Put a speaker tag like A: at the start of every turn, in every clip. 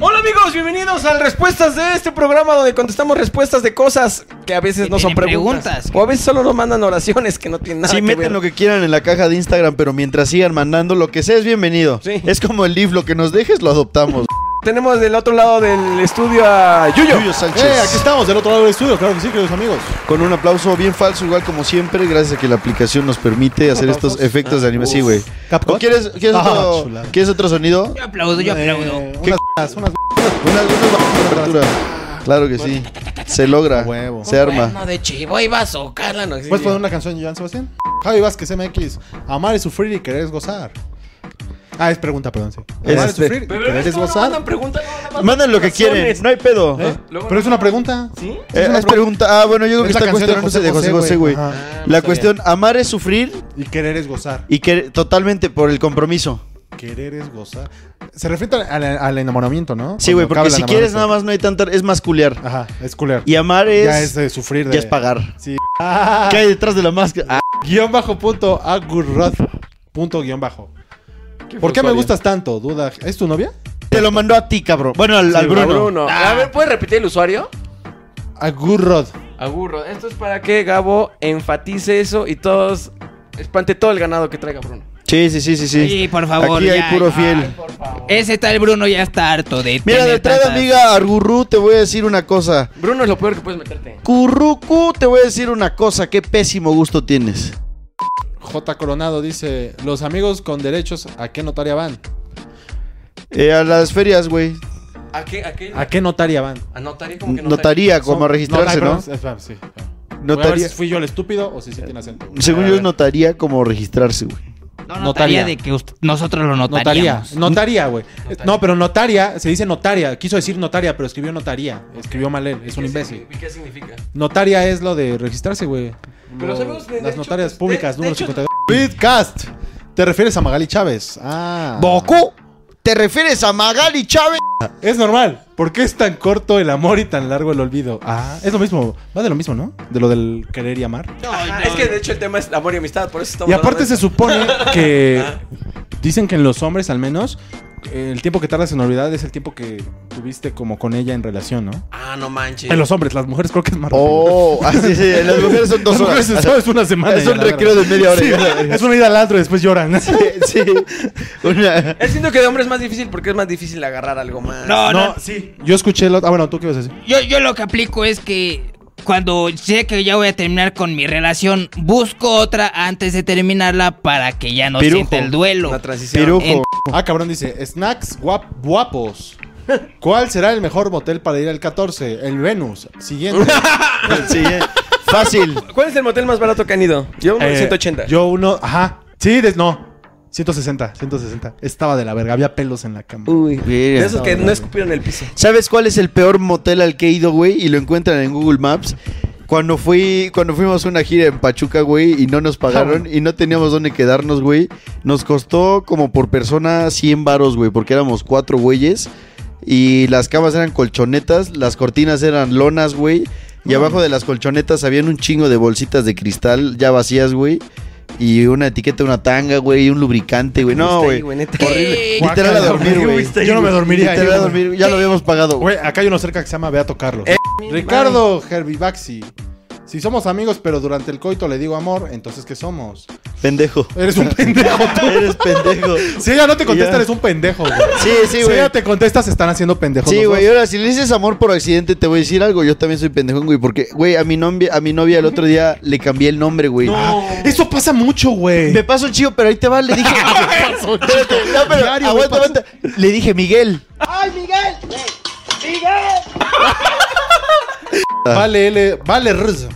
A: Hola amigos, bienvenidos al Respuestas de este programa donde contestamos respuestas de cosas que a veces
B: Que
A: no son
B: tienen
A: preguntas.
B: preguntas.
A: O a veces solo nos mandan oraciones que no tienen nada
C: Sí,
A: que Ah, ver.
C: meten lo que quieran en la caja de Instagram, pero mientras sigan mandando lo que sea es bienvenido.
A: Sí.
C: Es como el leaf, lo que nos dejes lo adoptamos.
A: Tenemos del otro lado del estudio a Yuyo.
C: Yuyo Sánchez.
D: Eh, aquí estamos, del otro lado del estudio, claro que sí, queridos amigos.
C: Con un aplauso bien falso, igual como siempre, gracias a que la aplicación nos permite hacer estos efectos de anime. Sí, güey.
D: Capcom.
C: ¿O ¿Quieres, quieres,
D: Ah,
C: otro,
D: chulada.
C: ¿Quieres otro sonido?
B: Yo aplaudo, yo
D: Eh,
B: aplaudo.
D: unas unas
C: Una, una apertura. Claro que sí. Se logra.
D: Huevo.
C: Se arma.
B: No de chivo y
A: Ah,
B: bazooka, no
D: ¿Puedes poner Pues una canción, Joan Sebastián? Javi Vázquez MX. Amar es sufrir y querer es gozar. Ah, es pregunta, perdón, sí.
A: ¿Eh?
C: Es
D: Amar es
C: este-
D: sufrir y
A: Pero
D: querer es
A: esto no
D: gozar.
A: mandan preguntas, no, nada más
C: Mandan lo que
A: oraciones.
C: quieren. No hay pedo.
D: ¿Eh?
A: Luego
D: Pero
A: no-
D: es una pregunta.
A: ¿Sí?
C: Eh, es pregunta. Ah, bueno, yo creo que
D: Es la
C: está
D: canción de
C: cuestionándose de José
D: José José,
C: José,
D: güey. Ah,
C: güey.
D: Ajá.
C: La cuestión, amar es sufrir
D: Y querer es gozar.
C: y que totalmente por el compromiso.
D: Querer es gozar. Se refiere al, al- al enamoramiento, ¿no?
C: Sí, güey,
D: Cuando acaba
C: porque
D: el
C: si quieres nada
D: enamoramiento.
C: más no hay tanta... Es masculiar.
D: Ajá, es culer.
C: Y amar es...
D: ya es de sufrir. De...
C: ya es pagar.
D: Sí. Ah,
C: ¿Qué hay detrás de la máscara? Ah,
D: guión bajo punto agurrod punto guión bajo. ¿Por qué me gustas tanto? Duda. ¿Es tu novia?
C: te lo mandó a ti, cabrón. Bueno, al, al Bruno.
A: Bruno.
B: Ah.
A: A ver, ¿puedes repetir el usuario?
D: Agurrod.
A: Agurro. Esto es para que Gabo enfatice eso y todos espante todo el ganado que traiga Bruno.
C: Sí, sí, sí, sí, sí.
B: Sí, por favor,
C: Aquí
B: ya,
C: hay puro
B: ya.
C: fiel.
A: Eh,
B: Ese tal Bruno ya está harto de
C: Mira,
B: tener
C: de entrada,
B: tantas-
C: amiga Argurú, te voy a decir una cosa.
A: Bruno es lo peor que puedes meterte.
C: Currucu, te voy a decir una cosa. Qué pésimo gusto tienes.
D: J. Coronado dice: Los amigos con derechos, ¿a qué notaria van?
C: Eh, a las ferias, güey.
A: ¿A qué? ¿A qué?
D: ¿A qué notaria van?
A: Anotaría como que
C: Notaría, como a registrarse, ¿no?
D: Ay, perdón, es- es- sí. Voy a ver
C: Notaría.
D: si fui yo el estúpido o si sí tiene acento.
C: Según
D: A
C: yo,
D: ver.
C: es notaría como registrarse, güey.
B: No, notaría
D: Notaría.
B: de que usted- nosotros lo
D: Notaría.
B: notaríamos.
D: Notaría, güey. No, pero notaria, se dice notaria. Quiso decir notaria, pero escribió notaría. Escribió mal él, es un imbécil.
A: ¿Y qué significa?
D: Notaria es lo de registrarse, güey.
A: Pero
D: Lo-
A: sabemos de- de
D: Las
A: hecho,
D: notarias
A: de- de
D: públicas, número
A: hecho-
D: 52. Bitcast. ¿Te refieres a Magali Chávez? Ah.
C: Boku, ¿te refieres a Magali Chávez?
D: Es normal. ¿Por qué es tan corto el amor y tan largo el olvido? Ah, es lo mismo. Va de lo mismo, ¿no? De lo del querer y amar.
A: es que de hecho el tema es amor y amistad, por eso estamos
D: Y aparte se
A: hablando
D: supone que dicen que en los hombres al menos eh, el tiempo que tardas en olvidar es el tiempo que tuviste como con ella en relación, ¿no?
A: de- Ah, no manches.
D: En los hombres, las mujeres creo que es más rápido.
C: Oh, así sí, las mujeres son dos
D: Las
C: horas.
D: mujeres, ¿sabes? una semana.
C: Es
D: y a
C: un
D: la verga.
C: recreo de media hora.
D: Sí, es una ida al antro y después lloran.
C: Sí, una-
A: Eh, siento que de hombre es más difícil porque es más difícil agarrar algo más.
B: No, no,
D: No, sí. Yo escuché lo... Ah, bueno, ¿tú qué ibas a decir?
B: Yo, yo lo que aplico es que cuando sé que ya voy a terminar con mi relación, busco otra antes de terminarla para que ya no
C: Pirujo.
B: sienta el duelo.
A: La transición.
C: Pirujo.
B: En-
D: Ah, cabrón, dice, snacks guap- guapos. ¿Cuál será el mejor motel para ir al 14? El Venus. Siguiente.
C: Sí, eh. Fácil.
A: ¿Cuál es el motel más barato que han ido? Yo uno de
D: Eh,
A: 180.
D: Yo uno, ajá. Sí, des- no. 160, 160. Estaba de la verga, había pelos en la cama.
C: Uh.
A: Uy.
C: Mira.
A: de esos que no escupieron el piso.
C: ¿Sabes cuál es el peor motel al que he ido, güey? Y lo encuentran en Google Maps. Cuando fui, cuando fuimos a una gira en Pachuca, güey, y no nos pagaron y no teníamos dónde quedarnos, güey. Nos costó como por persona 100 varos, güey, porque éramos cuatro güeyes y las camas eran colchonetas, las cortinas eran lonas, güey, y abajo de las colchonetas habían un chingo de bolsitas de cristal ya vacías, güey, y una etiqueta, una tanga, güey, y un lubricante, güey. No,
A: Está ahí,
C: güey.
A: neta.
B: ¿Qué?
C: Literal a dormir, güey.
D: Yo no me dormiría.
C: Literal
D: yo-
C: a dormir, ya lo habíamos pagado, güey.
D: Güey, acá hay uno cerca que se llama Beato Carlos.
C: Eh,
D: Ricardo Herbivaxi. Si somos amigos, pero durante el coito le digo amor, entonces ¿qué somos?
C: Pendejo.
D: Eres un pendejo tú.
C: Eres pendejo.
D: Si ella no te contesta,
C: Ya.
D: eres un pendejo, güey.
C: Sí, sí,
D: Si
C: güey.
D: ella te contesta, se están haciendo pendejos.
C: Sí,
D: los
C: güey,
D: dos.
C: ahora si le dices amor por accidente, te voy a decir algo. Yo también soy pendejón, güey, porque, güey, a mi, novia, a mi novia el otro día le cambié el nombre, güey.
D: Ah, eso pasa mucho, güey.
C: Me paso el chido, pero ahí te va, le dije. Espérate, no, pero
D: Diario, güey,
C: aguanta, aguanta. Le dije Miguel.
D: Vale, L- vale, Rz.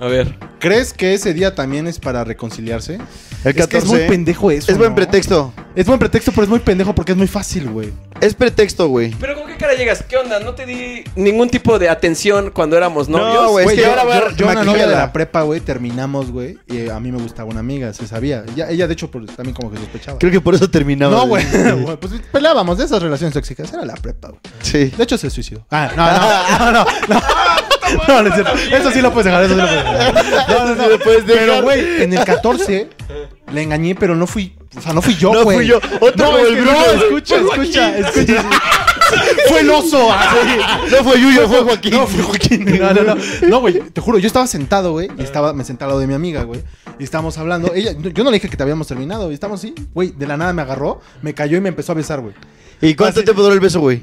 A: A ver.
D: ¿Crees que ese día también es para reconciliarse?
C: El 14.
D: Es que es muy pendejo eso.
C: Es buen
D: ¿no?
C: pretexto.
D: Es buen pretexto, pero es muy pendejo porque es muy fácil, güey.
C: Es pretexto, güey.
A: Pero ¿con qué cara llegas? ¿Qué onda? No te di ningún tipo de atención cuando éramos novios.
C: No, güey, es
D: Güey,
C: que
D: yo,
C: ahora voy a
D: yo- yo una novia de
C: maquillarla.
D: la prepa, güey, terminamos, güey. Y eh, a mí me gustaba una amiga, se sabía. Ella, ella de hecho, pues, también como que sospechaba.
C: Creo que por eso terminaba.
D: no, güey. güey, Pues peleábamos de esas relaciones tóxicas. Era la prepa, güey.
C: Sí.
D: De hecho, se suicidó. Ah, no, no, no, no.
C: Ah,
D: no. No, no es cierto. Eso sí lo puedes dejar, eso sí lo puedes dejar. No, no, no.
C: lo puedes dejar.
D: Pero, güey, en el 14 La engañé, pero no fui. O sea, no fui yo,
C: No
D: güey.
C: fui yo. Otro
D: no,
C: fue
D: es
C: el
D: que
C: Bruno.
D: no, escucha, escucha, escucha. Fue el oso. así.
C: No fue Yuyo, fue Joaquín.
D: No, fue Joaquín. No, no, no. No, güey, te juro, yo estaba sentado, güey, y estaba, me senté al lado de mi amiga, güey. Y estábamos hablando. Ella, yo no le dije que te habíamos terminado. Y estábamos así, güey, de la nada me agarró, me cayó y me empezó a besar, güey.
C: ¿Y cuánto
D: Así-
C: tiempo duró el beso, güey?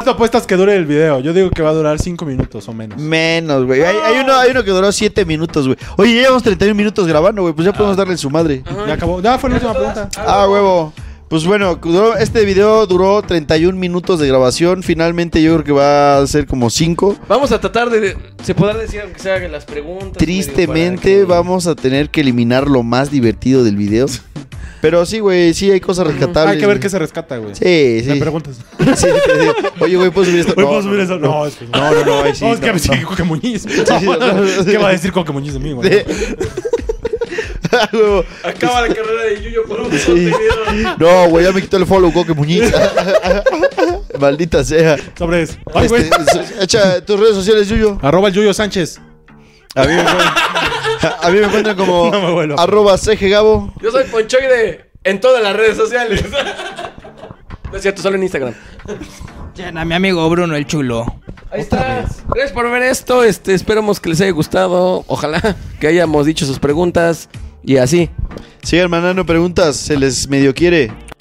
D: Las apuestas que dure el video. Yo digo que va a durar 5 minutos o menos.
C: Menos, güey. Hay, hay uno, hay uno que duró 7 minutos, güey. Oye, ya llevamos 31 minutos grabando, güey. Pues ya
D: Ah.
C: podemos darle su madre.
D: Ya acabó. Ya fue la última pregunta.
C: Ah, huevo. Pues bueno, duró- este video duró 31 minutos de grabación. Finalmente yo creo que va a ser como 5.
A: Vamos a tratar de. Se podrá decir aunque se hagan las preguntas.
C: Tristemente
A: medio, para que-
C: vamos a tener que eliminar lo más divertido del video. Pero sí, güey, sí hay cosas rescatables.
D: Hay que ver
C: güey.
D: qué se rescata, güey.
C: Sí,
D: Me
C: sí.
D: preguntas.
C: Sí, sí, sí. Oye, güey, ¿puedo subir esto?
D: Oye, ¿puedo subir eso?
C: No,
D: No, es que-
C: no, no, no, ahí sí,
D: No, es que
C: no,
D: me sigue
C: no.
D: Coque Muñiz.
C: sí, no, no.
D: ¿Qué va a decir Coque Muñiz de mí, güey?
C: Ah, huevo.
A: Acaba la carrera de Yuyo por un
C: Sí. No, güey, ya me quitó el follow, coque muñiz. Maldita sea.
D: Sobre eso. Ay, güey.
C: Este, so- echa tus redes sociales, Yuyo.
D: Arroba el Yuyo Sánchez.
C: A mí me encuentran, a mí me encuentran como
D: No me vuelo.
C: arroba cggabo.
A: Yo soy Ponchoide en todas las redes sociales. No es cierto, solo en Instagram.
B: Chen, a mi amigo Bruno el chulo.
A: Ahí está. Gracias por ver esto. Este, esperamos que les haya gustado. Ojalá que hayamos dicho sus preguntas. Y así.
C: Sigan mandando preguntas, se les medio quiere.